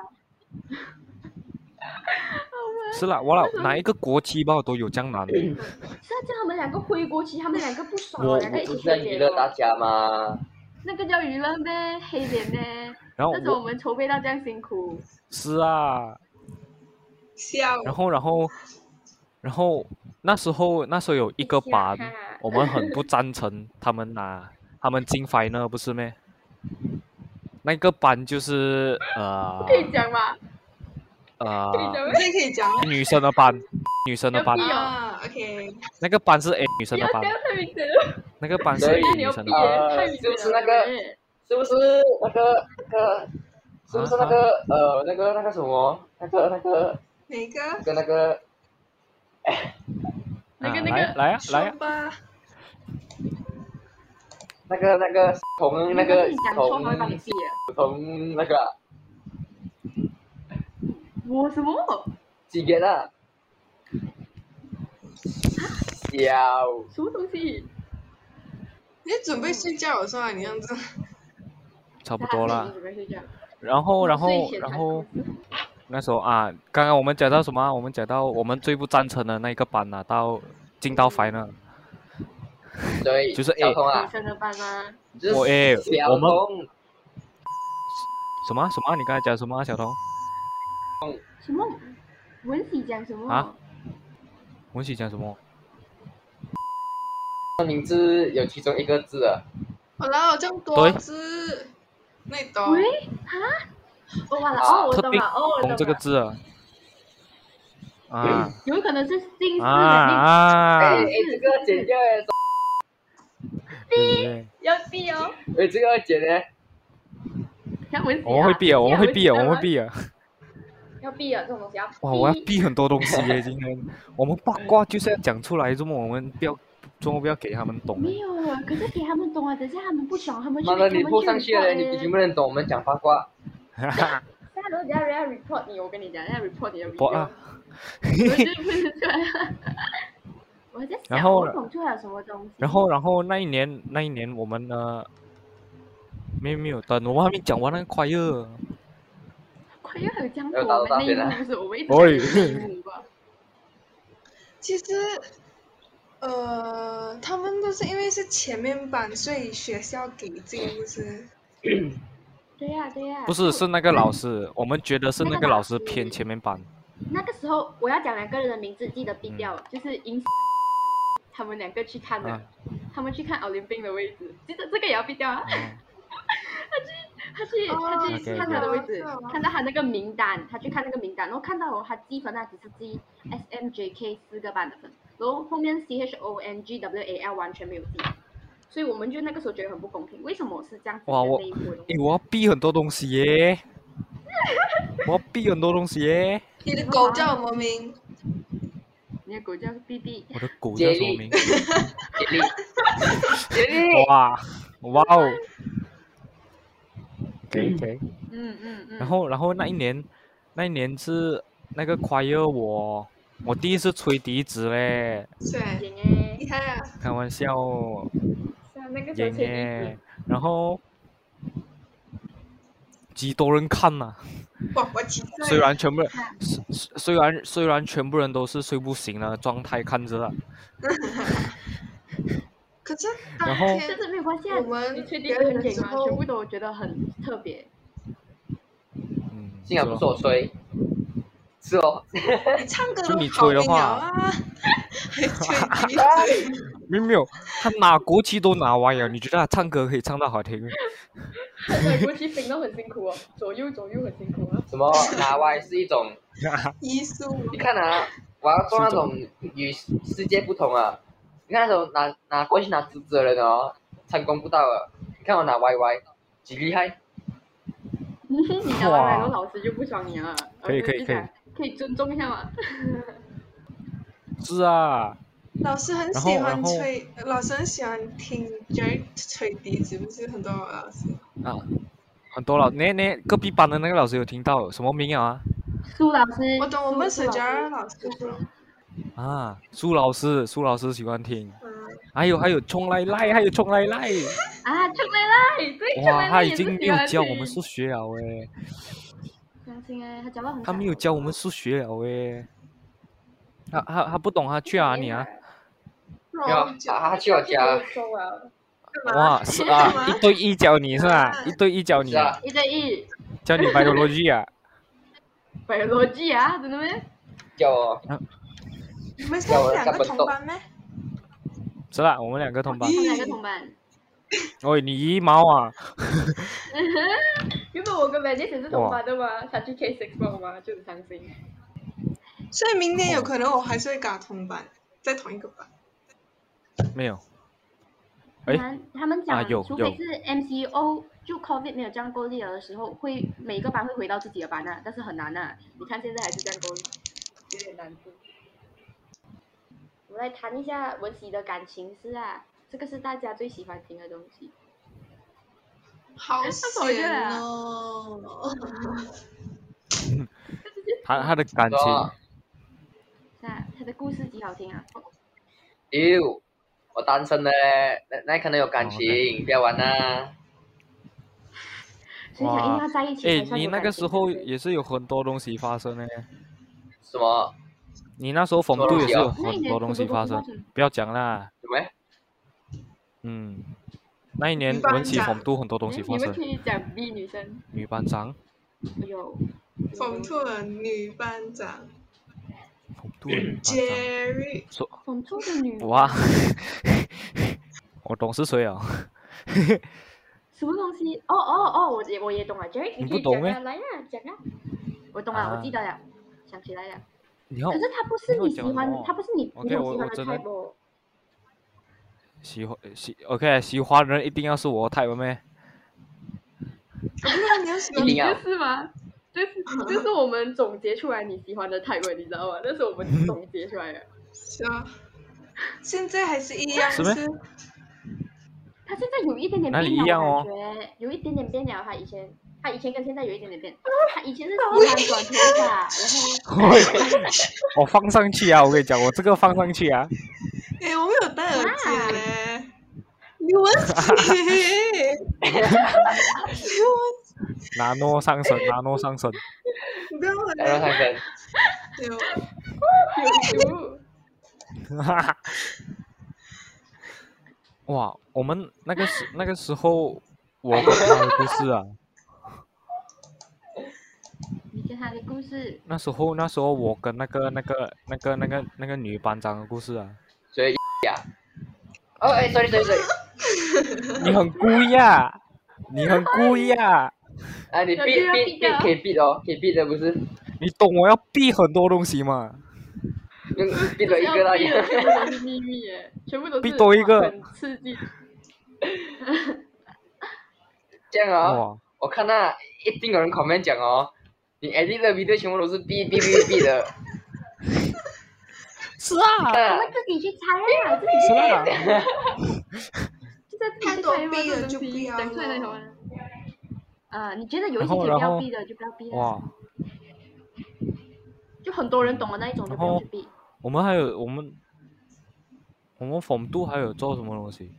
[SPEAKER 1] 是啦，我老哪一个国旗吧都有江南。
[SPEAKER 4] 是啊，叫他们两个挥国旗，他们两个不爽
[SPEAKER 1] 我
[SPEAKER 4] 啊，两个一
[SPEAKER 3] 不
[SPEAKER 4] 起
[SPEAKER 3] 是在
[SPEAKER 4] 挥
[SPEAKER 3] 娱
[SPEAKER 4] 别
[SPEAKER 3] 乐大
[SPEAKER 4] 人，
[SPEAKER 3] 家吗？
[SPEAKER 4] 那个叫娱乐呗，黑脸呗。
[SPEAKER 1] 然后
[SPEAKER 4] 那时候我
[SPEAKER 1] 我
[SPEAKER 4] 们筹备到这样辛苦，
[SPEAKER 1] 是啊，
[SPEAKER 2] 笑，
[SPEAKER 1] 然后然后然后那时候那时候有一个
[SPEAKER 4] 起啊
[SPEAKER 1] 班，我们很不赞成他们拿他们进 final 不是咩？那个班就是呃
[SPEAKER 4] 可以讲嘛？
[SPEAKER 1] 呃
[SPEAKER 4] 可以讲吗？
[SPEAKER 2] 这可以讲啊
[SPEAKER 1] 女生的班，女生的班
[SPEAKER 4] 不，要
[SPEAKER 2] 啊，OK，
[SPEAKER 1] 那个班是 A 女生
[SPEAKER 4] 不
[SPEAKER 1] 的
[SPEAKER 4] 要
[SPEAKER 1] 班
[SPEAKER 4] 这，样太明显了，
[SPEAKER 1] 那个班是
[SPEAKER 3] 所以
[SPEAKER 1] A
[SPEAKER 4] 你
[SPEAKER 1] 女
[SPEAKER 4] 要
[SPEAKER 1] 生
[SPEAKER 4] 逼
[SPEAKER 1] 的班。
[SPEAKER 4] 人，太明显了。
[SPEAKER 3] 呃就是那
[SPEAKER 1] 啊
[SPEAKER 3] 个是不是那个那个？是不是那个呃那个那个什么那个那个
[SPEAKER 2] 哪个？
[SPEAKER 3] 跟那个
[SPEAKER 4] 那个
[SPEAKER 1] 啊
[SPEAKER 4] 那
[SPEAKER 1] 来
[SPEAKER 4] 个
[SPEAKER 1] 来啊来
[SPEAKER 2] 说
[SPEAKER 1] 啊，
[SPEAKER 2] 吧，
[SPEAKER 3] 那个那个同那个
[SPEAKER 4] 你讲错，
[SPEAKER 3] 同
[SPEAKER 4] 他会把你毙了。
[SPEAKER 3] 同那个
[SPEAKER 4] 我什么？
[SPEAKER 3] 几个啊？笑，
[SPEAKER 4] 什么东西？
[SPEAKER 2] 你在准备睡觉的时候啊，你这样子，
[SPEAKER 1] 差不多啦。
[SPEAKER 4] 准备睡觉。
[SPEAKER 1] 然后然
[SPEAKER 4] 所以
[SPEAKER 1] 后
[SPEAKER 4] 写
[SPEAKER 1] 然
[SPEAKER 4] 才
[SPEAKER 1] 后那时候啊，刚刚我们讲到什么啊？我们讲到我们最不赞成的那一个班拿到进到 final，
[SPEAKER 3] 所以
[SPEAKER 1] 就是哎
[SPEAKER 3] 小童
[SPEAKER 4] 女
[SPEAKER 3] 啊，
[SPEAKER 4] 生的班吗？
[SPEAKER 3] 就是
[SPEAKER 1] 我哎
[SPEAKER 3] 小
[SPEAKER 1] 我们
[SPEAKER 3] 童
[SPEAKER 1] 什么啊什么啊？你刚才讲什么啊，小童？
[SPEAKER 4] 什么？文喜讲什么？
[SPEAKER 1] 啊文喜讲什么？
[SPEAKER 3] 名字有其中一个字啊，
[SPEAKER 2] 好啦，我这样多
[SPEAKER 1] 对
[SPEAKER 2] 只，那你懂
[SPEAKER 4] 喂？啊？哦，完了，
[SPEAKER 3] 啊
[SPEAKER 4] 哦，我懂
[SPEAKER 1] 特定
[SPEAKER 4] 了，哦，我懂
[SPEAKER 1] 红
[SPEAKER 4] 了。
[SPEAKER 1] 这个字啊， 啊
[SPEAKER 4] 有可能是近视
[SPEAKER 1] 啊
[SPEAKER 4] 的，
[SPEAKER 1] 啊！
[SPEAKER 3] 哎哎，这个剪掉哎，
[SPEAKER 1] 对对对
[SPEAKER 4] 要避哦。
[SPEAKER 3] 哎这个要剪呢，
[SPEAKER 4] 看文喜啊，
[SPEAKER 1] 我们会避啊，我们会避啊，
[SPEAKER 4] 这
[SPEAKER 1] 我们
[SPEAKER 4] 样我
[SPEAKER 1] 会避啊！
[SPEAKER 4] 知道了要避啊，这种东西要避。
[SPEAKER 1] 哇，我要避很多东西耶，今天我们八卦就是要讲出来，这么我们不要，这么不要给他们懂。
[SPEAKER 4] 没有啊，可是给他们懂啊，等下他们不爽，他们去
[SPEAKER 3] 妈的你播上去了，你已经
[SPEAKER 4] 等
[SPEAKER 3] 不能懂我们讲八卦，
[SPEAKER 1] 哈哈，
[SPEAKER 4] 下等下人家 report 你，我跟你讲，人家 report 你的 video。
[SPEAKER 1] 播啊！
[SPEAKER 4] 我就不是出来了。我在想，
[SPEAKER 1] 然后
[SPEAKER 4] 我懂出来有什么东西。
[SPEAKER 1] 然后，然后那一年，那一年我们呢，没有没有，等我们还没讲完那个快乐，
[SPEAKER 4] 快乐还有江湖，
[SPEAKER 3] 要打到
[SPEAKER 4] 我
[SPEAKER 3] 大
[SPEAKER 4] 们内
[SPEAKER 3] 便了
[SPEAKER 4] 幕不是我们一直
[SPEAKER 1] 喂
[SPEAKER 4] 在内幕啊吧？
[SPEAKER 2] 其实，呃，他们都是因为是前面班，所以学校给进，不是？
[SPEAKER 4] 对呀、对 呀、
[SPEAKER 1] 不是是那个老师，我们觉得是
[SPEAKER 4] 那
[SPEAKER 1] 那
[SPEAKER 4] 个
[SPEAKER 1] 个
[SPEAKER 4] 老
[SPEAKER 1] 老师
[SPEAKER 4] 师哦
[SPEAKER 1] 偏前面班，
[SPEAKER 4] 那个时候我要讲两个人的名字，记得毙掉，就是因 他们两个去看的，
[SPEAKER 1] 嗯啊
[SPEAKER 4] 他们去看奥林匹克的位置，记得这个也要毙掉啊！
[SPEAKER 1] 嗯
[SPEAKER 4] 他去他去
[SPEAKER 1] OK，OK
[SPEAKER 4] 看他的位置
[SPEAKER 2] 是哦，
[SPEAKER 4] 看到他那个名单，他去看那个名单，然后看到哦，他记分啊，只是记 S M J K 四个班的分，然后后面 C H O N G W A L 完全没有记，所以我们就那个时候觉得很不公平，为什么是这样子
[SPEAKER 1] 哇
[SPEAKER 4] 的
[SPEAKER 1] 我哎
[SPEAKER 4] 内幕的 东西？
[SPEAKER 1] 诶，我要避很多东西耶，我要避很多东西耶。
[SPEAKER 2] 你的狗叫什么名？
[SPEAKER 4] 你的狗叫 B B，
[SPEAKER 1] 我的狗叫什么名？
[SPEAKER 3] 杰力，杰力，
[SPEAKER 1] 哇，哇哦。OK OK。
[SPEAKER 4] 嗯嗯嗯，
[SPEAKER 1] 然后然后那一年，那一年是那个 choir 我我第一次吹笛子嘞，
[SPEAKER 2] 对，
[SPEAKER 4] 姐耶，
[SPEAKER 2] 厉害啊！
[SPEAKER 1] 开玩笑哦。
[SPEAKER 4] 像那个时候
[SPEAKER 1] 耶
[SPEAKER 4] 前一
[SPEAKER 1] 耶，然后几多人看呐、
[SPEAKER 2] 哇，我几
[SPEAKER 1] 虽
[SPEAKER 2] 岁？啊
[SPEAKER 1] 然全部人
[SPEAKER 4] 嗯
[SPEAKER 1] 虽虽虽然虽然全部人都是睡不醒的状态看着啦，
[SPEAKER 2] 可是当
[SPEAKER 1] 然后
[SPEAKER 4] 但
[SPEAKER 2] 天
[SPEAKER 4] 是没有关系啊
[SPEAKER 2] 我，们
[SPEAKER 4] 你确定
[SPEAKER 2] 表
[SPEAKER 4] 会
[SPEAKER 2] 演
[SPEAKER 4] 很
[SPEAKER 2] 的
[SPEAKER 4] 给
[SPEAKER 2] 时
[SPEAKER 4] 吗？
[SPEAKER 2] 候
[SPEAKER 4] 全，部都觉得很特别，
[SPEAKER 1] 嗯，
[SPEAKER 3] 幸好不
[SPEAKER 1] 是
[SPEAKER 3] 是
[SPEAKER 1] 咯
[SPEAKER 3] 我吹，是哦，
[SPEAKER 2] 你唱歌
[SPEAKER 1] 就
[SPEAKER 2] 都
[SPEAKER 1] 你
[SPEAKER 2] 跑
[SPEAKER 1] 吹的
[SPEAKER 2] 音了
[SPEAKER 1] 话
[SPEAKER 2] 啊， 还吹笛子，
[SPEAKER 1] 没有没有，他拿国旗都拿歪 了，你觉得他唱歌可以唱到好听？
[SPEAKER 4] 对，国旗飞到很辛苦哦，左右左右很辛苦啊。
[SPEAKER 3] 什么拿歪是一种，
[SPEAKER 2] 艺术
[SPEAKER 3] 你看啊，我要做那种与世界不同啊，你看那种拿拿过去拿竹子的人哦，成功不到了，你看我拿歪歪，几厉害，
[SPEAKER 4] 你拿完来，然后老师就不爽你了。
[SPEAKER 1] 可以
[SPEAKER 4] 老师就
[SPEAKER 1] 可以
[SPEAKER 4] 讲可以尊重一下嘛。
[SPEAKER 1] 是啊，
[SPEAKER 2] 老师很
[SPEAKER 1] 然
[SPEAKER 2] 喜
[SPEAKER 1] 后然
[SPEAKER 2] 欢
[SPEAKER 1] 后
[SPEAKER 2] 吹，老师很喜欢听 Jerry 吹笛子，不是很多老师。
[SPEAKER 1] 啊，很多老那那隔壁班的那个老师有听到什么民谣啊？
[SPEAKER 4] 苏老师，
[SPEAKER 2] 我懂，我们
[SPEAKER 4] 苏
[SPEAKER 2] 沈
[SPEAKER 4] 老师
[SPEAKER 2] 佳儿老师说，
[SPEAKER 1] 啊，苏老师，苏老师喜欢听，
[SPEAKER 2] 嗯，
[SPEAKER 1] 还有还有冲来来，还有冲来 来，
[SPEAKER 4] 啊，出来啦！对，出
[SPEAKER 1] 哇，
[SPEAKER 4] 来啦
[SPEAKER 1] 他已
[SPEAKER 4] 也是
[SPEAKER 1] 经没
[SPEAKER 4] 喜
[SPEAKER 1] 有
[SPEAKER 4] 欢
[SPEAKER 1] 教
[SPEAKER 4] 你
[SPEAKER 1] 我们数学了诶，
[SPEAKER 4] 相亲哎，他讲话很
[SPEAKER 1] 他
[SPEAKER 4] 少
[SPEAKER 1] 没有教我们数学了诶，他他他不懂他去哪里啊？？
[SPEAKER 3] 没有啊，他他去我家，
[SPEAKER 1] 哇，是啊，一对一教你是吧？一对一教你
[SPEAKER 3] 是，啊，
[SPEAKER 4] 一对一
[SPEAKER 1] 教你 biology 啊，
[SPEAKER 4] ，biology 啊，真的咩？
[SPEAKER 3] 叫我
[SPEAKER 2] 你们是两个同班咩？
[SPEAKER 1] 是啦，我们两个同班
[SPEAKER 2] 咦。
[SPEAKER 4] 他们两个同班。
[SPEAKER 1] 喂，你姨毛啊？
[SPEAKER 4] 原本我跟 Vanessa 也是同班的嘛，他去 K six 帮我嘛，就很伤心。啊
[SPEAKER 2] 所以明年
[SPEAKER 1] 哦
[SPEAKER 2] 有可能我还是会跟他同班，在同一个班。
[SPEAKER 1] 没有，哎
[SPEAKER 4] 哎，他们讲
[SPEAKER 1] 啊，有
[SPEAKER 4] 除
[SPEAKER 1] 有
[SPEAKER 4] 非是 MCO 就 COVID 没有这样够力了的时候，会每个班会回到自己的班啊，但是很难啊。你看现在还是这样够力，有点难度。我们来谈一下文喜的感情事啊，这个是大家最喜欢听的东西。
[SPEAKER 2] 好
[SPEAKER 4] 讨厌
[SPEAKER 2] 险
[SPEAKER 4] 啊
[SPEAKER 2] 哦！
[SPEAKER 1] 他他的感情
[SPEAKER 3] 说啊
[SPEAKER 4] 是啊，他的故事极好听啊。
[SPEAKER 3] 丢，我单身的嘞，那那可能有感
[SPEAKER 1] 哦
[SPEAKER 3] 情，不要玩呐，
[SPEAKER 4] 所以讲一定要在一起
[SPEAKER 1] 哎
[SPEAKER 4] 才，算
[SPEAKER 1] 你
[SPEAKER 4] 有
[SPEAKER 1] 那
[SPEAKER 4] 感
[SPEAKER 1] 个
[SPEAKER 4] 情
[SPEAKER 1] 时候
[SPEAKER 4] 对不对
[SPEAKER 1] 也是有很多东西发生呢。
[SPEAKER 3] 什么
[SPEAKER 1] 你那时候缝度也是有
[SPEAKER 4] 那一
[SPEAKER 1] 很
[SPEAKER 4] 年
[SPEAKER 1] 多东西发生，
[SPEAKER 4] 生。
[SPEAKER 1] 不要讲啦。
[SPEAKER 3] 什么？
[SPEAKER 1] 嗯，那一年
[SPEAKER 2] 女班
[SPEAKER 1] 文琪
[SPEAKER 2] 长
[SPEAKER 1] 缝度很多东西
[SPEAKER 4] 哎你
[SPEAKER 1] 发生
[SPEAKER 4] 们可。以讲 B 女生，
[SPEAKER 1] 女班长，
[SPEAKER 4] 哎呦，
[SPEAKER 2] 冯兔的女班长
[SPEAKER 1] 缝度的女班长，
[SPEAKER 2] Jerry，
[SPEAKER 4] 讽刺的女，
[SPEAKER 1] 哇， 我懂是谁啊？
[SPEAKER 4] 什么东西？哦哦哦，我也我也懂了，Jerry，
[SPEAKER 1] 你
[SPEAKER 4] 可以
[SPEAKER 1] 不懂
[SPEAKER 4] 讲
[SPEAKER 1] 咩
[SPEAKER 4] 啊，来呀、讲啊，我懂了，
[SPEAKER 1] 啊
[SPEAKER 4] 我记得了，想起来了。
[SPEAKER 1] 你要
[SPEAKER 4] 可是他不是
[SPEAKER 1] 你要
[SPEAKER 4] 你喜
[SPEAKER 1] 讲什
[SPEAKER 4] 欢
[SPEAKER 1] 么，
[SPEAKER 4] 他不是你
[SPEAKER 1] 哦 OK，
[SPEAKER 4] 你
[SPEAKER 1] 我
[SPEAKER 4] 很喜欢
[SPEAKER 1] 我
[SPEAKER 4] 的
[SPEAKER 1] 真
[SPEAKER 4] type
[SPEAKER 1] 的
[SPEAKER 4] 哦。
[SPEAKER 1] 喜欢喜 OK 喜欢人一定要是我泰文咩？
[SPEAKER 2] 我不知道你有什么
[SPEAKER 3] 一定要
[SPEAKER 4] 就是吗？这 是这是我们总结出来你喜欢的 type，你知道吗？那是我们总结出来 的。
[SPEAKER 2] 说，现在还是一样
[SPEAKER 1] 是
[SPEAKER 2] 是
[SPEAKER 1] 咩
[SPEAKER 4] 他现在有一点点
[SPEAKER 1] 哪
[SPEAKER 4] 变
[SPEAKER 1] 里
[SPEAKER 4] 了，
[SPEAKER 1] 一样哦
[SPEAKER 4] 我感觉有一点点变了。他以前他以前跟现在有一点点变，他以前是 喜欢短头发，然后
[SPEAKER 1] 我放上去啊！我跟你讲，我这个放上去啊！
[SPEAKER 2] 哎、我没有戴耳机
[SPEAKER 4] 啊
[SPEAKER 2] 嘞。刘文 琪，刘文琪
[SPEAKER 1] 拿诺上身，拿诺上身。
[SPEAKER 2] 你不要回
[SPEAKER 3] 哎来让
[SPEAKER 2] 来
[SPEAKER 3] 上身，
[SPEAKER 2] 丢。
[SPEAKER 4] 有有
[SPEAKER 1] 哇，我们那个时那个时候，我跟他的故事啊，
[SPEAKER 4] 你跟他的故事，
[SPEAKER 1] 那时候那时候我跟那个那个那个那个那个女班长的故事啊，
[SPEAKER 3] 所以呀，哦哎，sorry sorry sorry，
[SPEAKER 1] 你很故意啊，你很故意啊，
[SPEAKER 3] 啊，你
[SPEAKER 4] 有
[SPEAKER 3] 避
[SPEAKER 4] 就要
[SPEAKER 3] 避
[SPEAKER 4] 避
[SPEAKER 3] 避
[SPEAKER 4] 掉
[SPEAKER 3] 可以避的哦，可以避的不是，
[SPEAKER 1] 你懂我要避很多东西嘛？
[SPEAKER 3] 用避了一个那
[SPEAKER 4] 逼
[SPEAKER 3] 里。
[SPEAKER 4] 的全部都是秘密耶，全部都是
[SPEAKER 1] 逼多一个
[SPEAKER 4] 哇很刺激。
[SPEAKER 3] 这样哦，
[SPEAKER 1] 哇，
[SPEAKER 3] 我看那一定有人 comment 讲哦，你 edit 的 video 全部都是 B B B B 的，
[SPEAKER 1] 是啊，
[SPEAKER 4] 我
[SPEAKER 3] 啊
[SPEAKER 4] 们自己去猜啊，自己
[SPEAKER 1] 是啊，
[SPEAKER 4] 就在自己
[SPEAKER 2] 太
[SPEAKER 4] 去
[SPEAKER 2] 多
[SPEAKER 4] 猜嘛
[SPEAKER 2] 逼
[SPEAKER 4] 这
[SPEAKER 2] 了
[SPEAKER 4] 种
[SPEAKER 2] 就
[SPEAKER 4] 东西
[SPEAKER 2] 不要
[SPEAKER 4] 讲出来的啊
[SPEAKER 2] 了
[SPEAKER 4] 什么呢？呃，你觉得有一
[SPEAKER 1] 然
[SPEAKER 4] 些
[SPEAKER 1] 后
[SPEAKER 4] 可以不
[SPEAKER 1] 然
[SPEAKER 4] 要
[SPEAKER 1] 后
[SPEAKER 4] 逼的就不要逼了，
[SPEAKER 1] 哇，
[SPEAKER 4] 就很多人懂的那一种就
[SPEAKER 1] 然
[SPEAKER 4] 不要
[SPEAKER 1] 后
[SPEAKER 4] 去逼。
[SPEAKER 1] 我们还有我们，我们 from 度还有做什么东西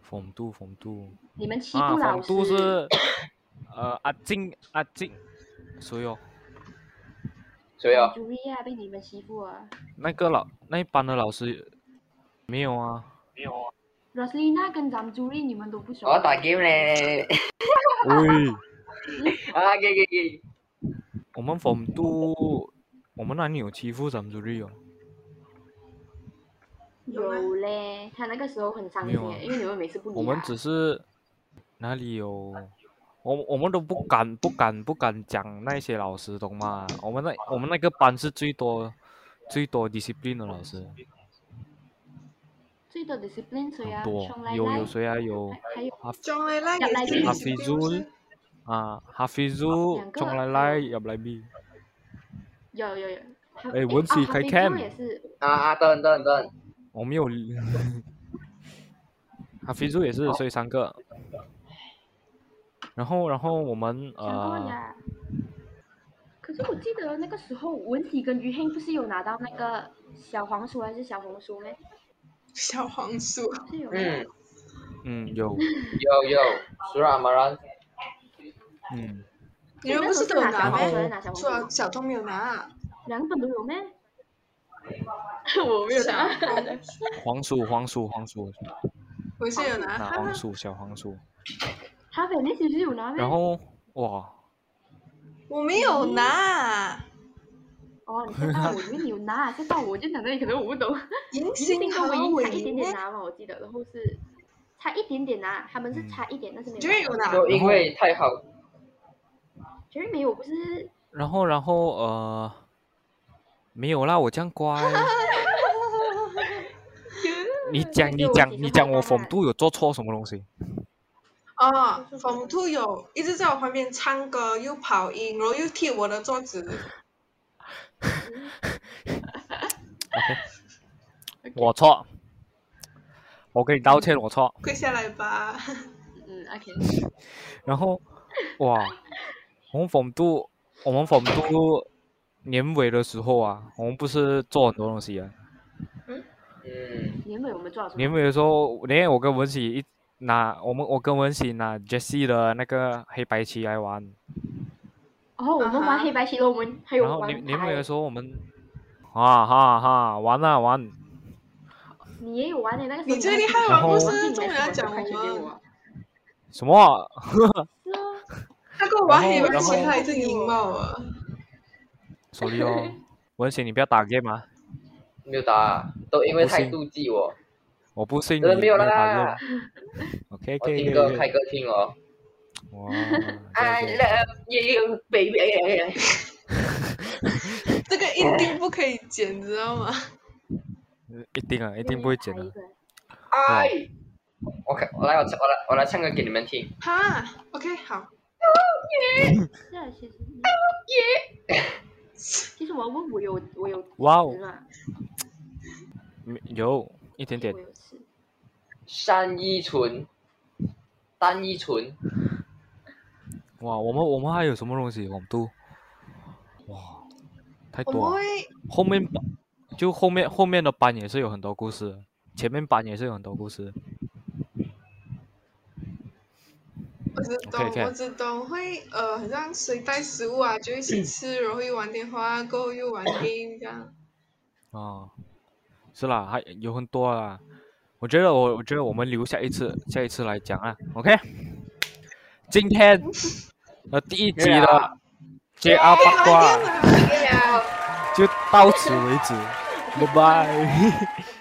[SPEAKER 1] ？from 度 from 度
[SPEAKER 4] 你们欺
[SPEAKER 1] 啊
[SPEAKER 4] 负老
[SPEAKER 1] ，from
[SPEAKER 4] 师，
[SPEAKER 1] 度是呃阿静阿静，谁哦？
[SPEAKER 3] 所以哦，
[SPEAKER 4] 注意啊，被你们欺负啊。
[SPEAKER 1] 那个老那一班的老师没有啊？没有啊？
[SPEAKER 4] Roslina 跟 Zamzuri 你们都不熟
[SPEAKER 3] 我要打 game 嘞，
[SPEAKER 1] 喂。
[SPEAKER 3] 啊，给给给，
[SPEAKER 1] 我们房都，我们那里有欺负咱们主力哦，
[SPEAKER 4] 有嘞，他那个时候很伤
[SPEAKER 1] 没
[SPEAKER 4] 心
[SPEAKER 1] 有啊
[SPEAKER 4] 耶，因为你们每次不理
[SPEAKER 1] 我们
[SPEAKER 4] 他
[SPEAKER 1] 只是哪里有，我我们都不敢不敢不敢讲那些老师，懂吗？我们那我们那个班是最多最多 discipline 的老师，
[SPEAKER 4] 最多 discipline 谁
[SPEAKER 1] 很
[SPEAKER 4] 啊？
[SPEAKER 1] 多
[SPEAKER 4] 熊来哎
[SPEAKER 1] 有有
[SPEAKER 4] 来，
[SPEAKER 1] 谁啊？有
[SPEAKER 4] 还还有
[SPEAKER 2] 将来那
[SPEAKER 4] 入嚟
[SPEAKER 2] 个
[SPEAKER 1] 阿菲朱啊，哈菲祖
[SPEAKER 4] 哦两，个啊
[SPEAKER 1] 仲奶奶入嚟 B，
[SPEAKER 4] 有有有。还
[SPEAKER 1] 哎
[SPEAKER 4] 诶
[SPEAKER 1] 文
[SPEAKER 4] 啊
[SPEAKER 1] 琪
[SPEAKER 4] 哈
[SPEAKER 1] 开
[SPEAKER 4] 菲
[SPEAKER 1] cam
[SPEAKER 4] 猪也是，
[SPEAKER 3] 啊啊，等等等，
[SPEAKER 1] 我们有哈菲祖也是，所以三个。然后然后我们
[SPEAKER 4] 想到
[SPEAKER 1] 呃。
[SPEAKER 4] 呀。可是我记得那个时候，文琪跟于黑不是有拿到那个小黄书还是小红书咩？
[SPEAKER 2] 小黄鼠，
[SPEAKER 4] 是有。
[SPEAKER 3] 嗯，
[SPEAKER 1] 嗯，有，
[SPEAKER 3] 有有，苏拉马兰，
[SPEAKER 1] 嗯，
[SPEAKER 2] 你们不是都有拿
[SPEAKER 1] 然后
[SPEAKER 2] 咩？啊
[SPEAKER 4] 拿小
[SPEAKER 2] 除了
[SPEAKER 4] 红书，
[SPEAKER 2] 小东没有拿啊，
[SPEAKER 4] 两本都 有咩？啊我没有
[SPEAKER 2] 小
[SPEAKER 4] 拿。
[SPEAKER 2] 黄鼠
[SPEAKER 1] 黄鼠，黄鼠，黄鼠，
[SPEAKER 2] 我是有
[SPEAKER 4] 啊
[SPEAKER 2] 拿，
[SPEAKER 1] 那黄鼠，小黄鼠，
[SPEAKER 4] 哈菲那时是有拿咩？
[SPEAKER 1] 然后哇，
[SPEAKER 2] 我没有拿，
[SPEAKER 4] 哦，你吓到我，以为你有拿，吓到我就想到你可能我 不懂。
[SPEAKER 2] 银
[SPEAKER 4] 一定
[SPEAKER 2] 杏
[SPEAKER 4] 跟
[SPEAKER 2] 和
[SPEAKER 4] 唯一差一
[SPEAKER 2] 尾
[SPEAKER 4] 点点
[SPEAKER 2] 咩？
[SPEAKER 4] 拿嘛，我记得，然后是差一点点拿，他们是差一点，但是没有。
[SPEAKER 2] 就有拿，
[SPEAKER 3] 就因为太好，
[SPEAKER 4] 绝对没有，不是
[SPEAKER 1] 然后然后呃，没有啦，我这样乖。你讲你
[SPEAKER 4] 对我
[SPEAKER 1] 讲
[SPEAKER 4] 其实
[SPEAKER 1] 你
[SPEAKER 4] 会
[SPEAKER 1] 讲我
[SPEAKER 4] 慢慢
[SPEAKER 1] 冯度有做错什么东西？
[SPEAKER 2] 哦，冯兔有一直在我旁边唱歌，又跑音，然后又踢我的桌子。
[SPEAKER 1] 我错，我给你道歉，我错。
[SPEAKER 2] 跪下来吧，
[SPEAKER 4] 嗯，OK，
[SPEAKER 1] 然后哇，我们冯度，我们冯度年尾的时候啊，我们不是做很多东西啊，
[SPEAKER 3] 嗯，
[SPEAKER 4] 年尾我们做了什么？
[SPEAKER 1] 年尾的时候，那天我跟文喜一拿，我们我跟文喜拿 Jesse 的那个黑白棋来玩，
[SPEAKER 4] 哦，我们
[SPEAKER 2] 啊
[SPEAKER 4] 玩
[SPEAKER 2] 哈
[SPEAKER 4] 黑白棋了，我们还有
[SPEAKER 1] 然后
[SPEAKER 4] 玩
[SPEAKER 1] 年年尾
[SPEAKER 4] 牌
[SPEAKER 1] 的，时候我们，啊哈哈，玩啊玩，
[SPEAKER 4] 你也有玩的那个时候。
[SPEAKER 2] 你最厉
[SPEAKER 4] 还
[SPEAKER 2] 害
[SPEAKER 1] 了
[SPEAKER 2] 了，
[SPEAKER 1] 然后
[SPEAKER 2] 不
[SPEAKER 1] 我
[SPEAKER 2] 是终于要讲
[SPEAKER 4] 我
[SPEAKER 2] 我们，
[SPEAKER 4] 们。
[SPEAKER 1] 什 么？
[SPEAKER 4] 是啊，
[SPEAKER 2] 那个玩黑白
[SPEAKER 1] 然后
[SPEAKER 2] 棋他还是赢了我。
[SPEAKER 1] 手里哦，文喜你不要打 game 啊！
[SPEAKER 3] 没有答，都因为
[SPEAKER 1] 不
[SPEAKER 3] 太
[SPEAKER 1] 信
[SPEAKER 3] 妒忌我，
[SPEAKER 1] 我不信你
[SPEAKER 3] 真呃的没有
[SPEAKER 1] 打
[SPEAKER 3] 啦
[SPEAKER 1] game。，OK 啊
[SPEAKER 3] 我
[SPEAKER 1] OK
[SPEAKER 3] 听
[SPEAKER 1] OK
[SPEAKER 3] 歌
[SPEAKER 1] OK
[SPEAKER 3] 开歌哎听哦
[SPEAKER 1] 哇
[SPEAKER 3] ，I
[SPEAKER 1] 这个
[SPEAKER 3] love you baby，
[SPEAKER 2] 这个一定不可以剪，知道吗？
[SPEAKER 1] 一定啊，一定不会剪的
[SPEAKER 4] 一。个
[SPEAKER 3] 哎，我看我来我唱我来我来唱歌给你们听，
[SPEAKER 2] 哈，OK，好，
[SPEAKER 4] 是啊， 其实。其实我要问我有我有
[SPEAKER 1] 哇哦
[SPEAKER 4] 吃，吗？
[SPEAKER 1] 没有一点点
[SPEAKER 4] 我。有吃。
[SPEAKER 3] 单依纯，单依纯，
[SPEAKER 1] 哇，我们我们还有什么东西？我们都，哇，太
[SPEAKER 2] 我
[SPEAKER 1] 多
[SPEAKER 2] 们
[SPEAKER 1] 了。
[SPEAKER 2] 会
[SPEAKER 1] 后面班就后面后面的班也是有很多故事的，前面班也是有很多故事。
[SPEAKER 2] 我只
[SPEAKER 1] OK，OK
[SPEAKER 2] 懂，我只懂会呃，好像谁带食物啊，就一起吃，然后又玩电话，过后又玩 game 这样。
[SPEAKER 1] 啊，是啦，还有很多啊。我觉得我我觉得我们留下一次，下一次来讲啊。OK，今天的第一集
[SPEAKER 3] 对
[SPEAKER 1] 的
[SPEAKER 3] 啊哎
[SPEAKER 1] JR 八卦
[SPEAKER 2] 哎呀
[SPEAKER 1] 就到此为止，拜拜。